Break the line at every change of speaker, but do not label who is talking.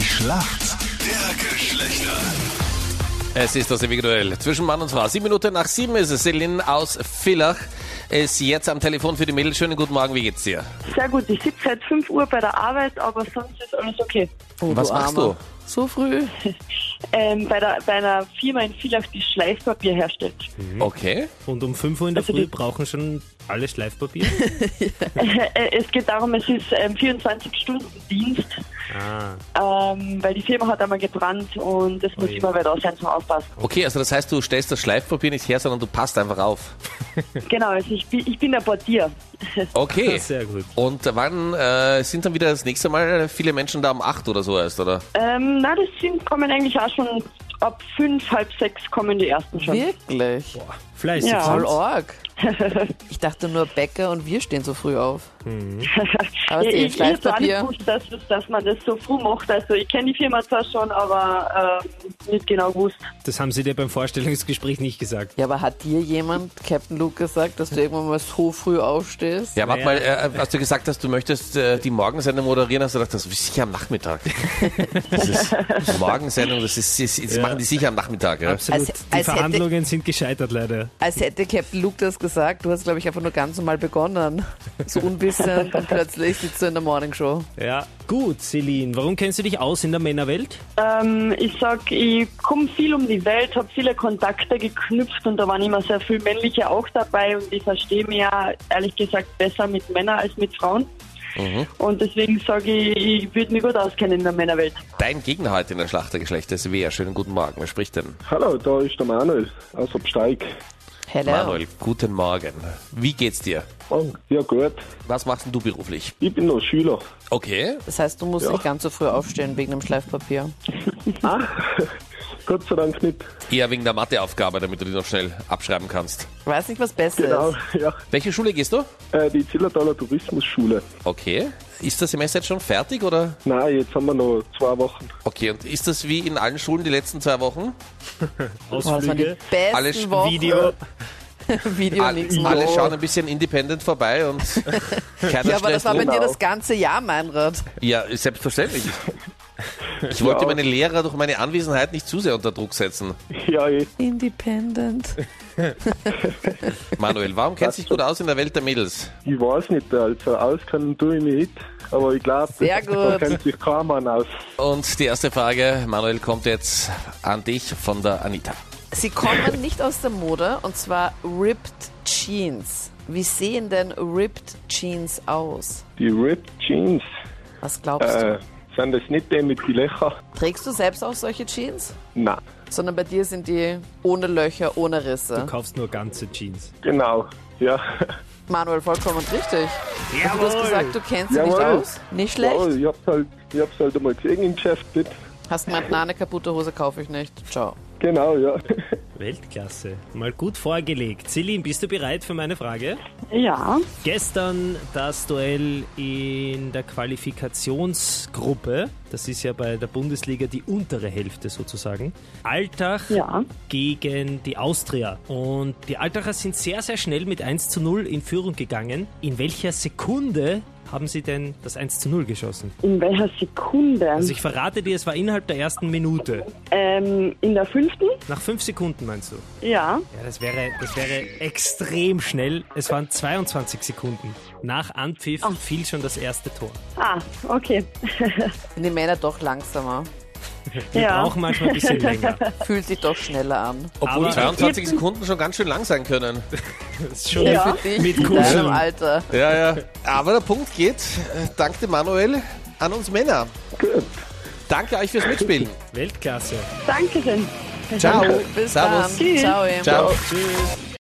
Schlacht der Geschlechter.
Es ist das ewige Duell zwischen Mann und Frau. Sieben Minuten nach sieben ist es. Celine aus Villach ist jetzt am Telefon für die Mädels. Schönen guten Morgen, wie geht's dir?
Sehr gut, ich sitze seit 5 Uhr bei der Arbeit, aber sonst ist alles okay.
Oh,
Was
du
machst
Armer.
du?
So früh.
Ähm, bei, der, bei einer Firma in Villach, die Schleifpapier herstellt.
Mhm. Okay.
Und um 5 Uhr in der
Also
Früh
die-
brauchen schon alle Schleifpapier.
Mhm.
Äh, es geht darum, es ist ähm, 24-Stunden-Dienst,
ah,
ähm, weil die Firma hat einmal gebrannt und es
Oh
muss
Ui.
immer weiter sein zum Aufpassen.
Okay, also das heißt, du stellst das Schleifpapier nicht her, sondern du passt einfach auf.
Genau, also ich, bin- ich bin der Portier.
Okay.
sehr gut.
Und wann äh, sind dann wieder das nächste Mal viele Menschen da um acht oder so erst, oder?
Ähm, na, das sind, kommen eigentlich auch schon ab fünf, halb sechs kommen die ersten schon.
Wirklich?
Boah, fleißig.
Ja.
Voll
sind.
arg. Ich dachte nur, Bäcker und wir stehen so früh auf. Aber
Ja,
sie
ich ich hab gar nicht
Schleifpapier.
gewusst, dass, das- dass man das so früh macht. Also ich kenne die Firma zwar schon, aber ähm, nicht genau gewusst.
Das haben sie dir beim Vorstellungsgespräch nicht gesagt.
Ja, aber hat dir jemand, Captain Luke, gesagt, dass du irgendwann mal so früh aufstehst?
Ja, warte
Naja.
mal, äh, als du gesagt hast, du möchtest äh, die Morgensendung moderieren, hast du gedacht, das ist sicher am Nachmittag. Das ist Morgensendung, das, ist, das, das
Ja.
machen die sicher am Nachmittag. Ja?
Absolut.
Als-
die
als hätte-
Verhandlungen sind gescheitert leider.
Als hätte Captain Luke das gesagt. Du hast, glaube ich, einfach nur ganz normal begonnen. So unwissend und plötzlich sitzt du in der Morningshow.
Ja. Gut, Celine, warum kennst du dich aus in der Männerwelt?
Ähm, ich sag, ich komme viel um die Welt, habe viele Kontakte geknüpft und da waren immer sehr viel männliche auch dabei und ich verstehe mich ja ehrlich gesagt besser mit Männern als mit Frauen.
Mhm.
Und deswegen sage ich, ich würde mich gut auskennen in der Männerwelt.
Dein Gegner heute in der Schlacht der Geschlechter ist wer? Schönen guten Morgen, wer spricht denn?
Hallo, da ist der Manuel aus Absteig.
Hello.
Manuel, guten Morgen. Wie geht's dir?
Oh, ja gut,
Was machst denn du beruflich?
ich bin noch Schüler.
Okay.
Das heißt, du musst
Ja.
nicht ganz so früh aufstehen wegen dem Schleifpapier. Ah.
Gott sei Dank nicht.
Eher wegen der Matheaufgabe, damit du die noch schnell abschreiben kannst.
Ich weiß nicht, was besser
Genau,
ist.
ja.
Welche Schule gehst du?
Äh, die Zillertaler Tourismusschule.
Okay. Ist das Semester jetzt schon fertig oder?
Nein, jetzt haben wir noch zwei Wochen.
Okay, und ist das wie in allen Schulen die letzten zwei Wochen?
Boah, das waren die
Ausflüge,
besten
Alles
Wochen.
Video.
Video
Alle,
links.
alle schauen ein bisschen independent vorbei und keiner um.
Ja, aber das
stresst
war bei
rum.
dir das ganze Jahr, Meinrad.
Ja, selbstverständlich. Ich wollte meine Lehrer durch meine Anwesenheit nicht zu sehr unter Druck setzen.
Ja, eh.
Independent.
Manuel, warum kennst du dich gut aus in der Welt der Mädels?
ich weiß nicht, also auskennen tue ich mich nicht. Aber ich glaube,
Sehr
da
gut.
kennt sich kein Mann aus.
Und die erste Frage, Manuel, kommt jetzt an dich von der Anita.
Sie kommen nicht aus der Mode und zwar Ripped Jeans. Wie sehen denn Ripped Jeans aus?
Die Ripped Jeans,
Was glaubst
äh,
du?
sind das nicht die mit den Löcher?
Trägst du selbst auch solche Jeans?
Nein,
Sondern bei dir sind die ohne Löcher, ohne Risse.
Du kaufst nur ganze Jeans.
genau. Ja,
Manuel, vollkommen richtig. Also du hast gesagt, du kennst sie nicht
Jawohl.
aus. Nicht schlecht.
ja ich hab's halt, ich hab's halt einmal gesehen im Geschäft. nicht?
Hast gemeint, na, eine kaputte Hose kaufe ich nicht. Ciao.
Genau, ja.
Weltklasse. Mal gut vorgelegt. Celine, bist du bereit für meine Frage?
Ja,
Gestern das Duell in der Qualifikationsgruppe. Das ist ja bei der Bundesliga die untere Hälfte sozusagen. Altach
ja.
gegen die Austria. Und die Altacher sind sehr, sehr schnell mit 1 zu 0 in Führung gegangen. In welcher Sekunde haben sie denn das 1 zu 0 geschossen?
In welcher Sekunde?
Also ich verrate dir, es war innerhalb der ersten Minute.
ähm, in der fünften?
Nach fünf Sekunden meinst du?
Ja.
Ja, das wäre, das wäre extrem schnell. Es waren 22 Sekunden. Nach Anpfiff fiel schon das erste Tor.
Ah, okay.
Sind die Männer doch langsamer.
Wir
Ja.
brauchen manchmal ein bisschen länger.
Fühlt sich doch schneller an.
Oh.
Obwohl
Aber-
22 Sekunden schon ganz schön lang sein können.
Das ist schon
Ja.
Für dich
Mit
in
Kuscheln.
deinem Alter.
Ja, ja. Aber der Punkt geht, äh, dank dem Manuel, an uns Männer.
Gut.
Danke euch fürs Mitspielen.
Weltklasse.
Dankeschön.
Ciao.
Bis
Servus.
dann. Ciao. ey.
Ciao.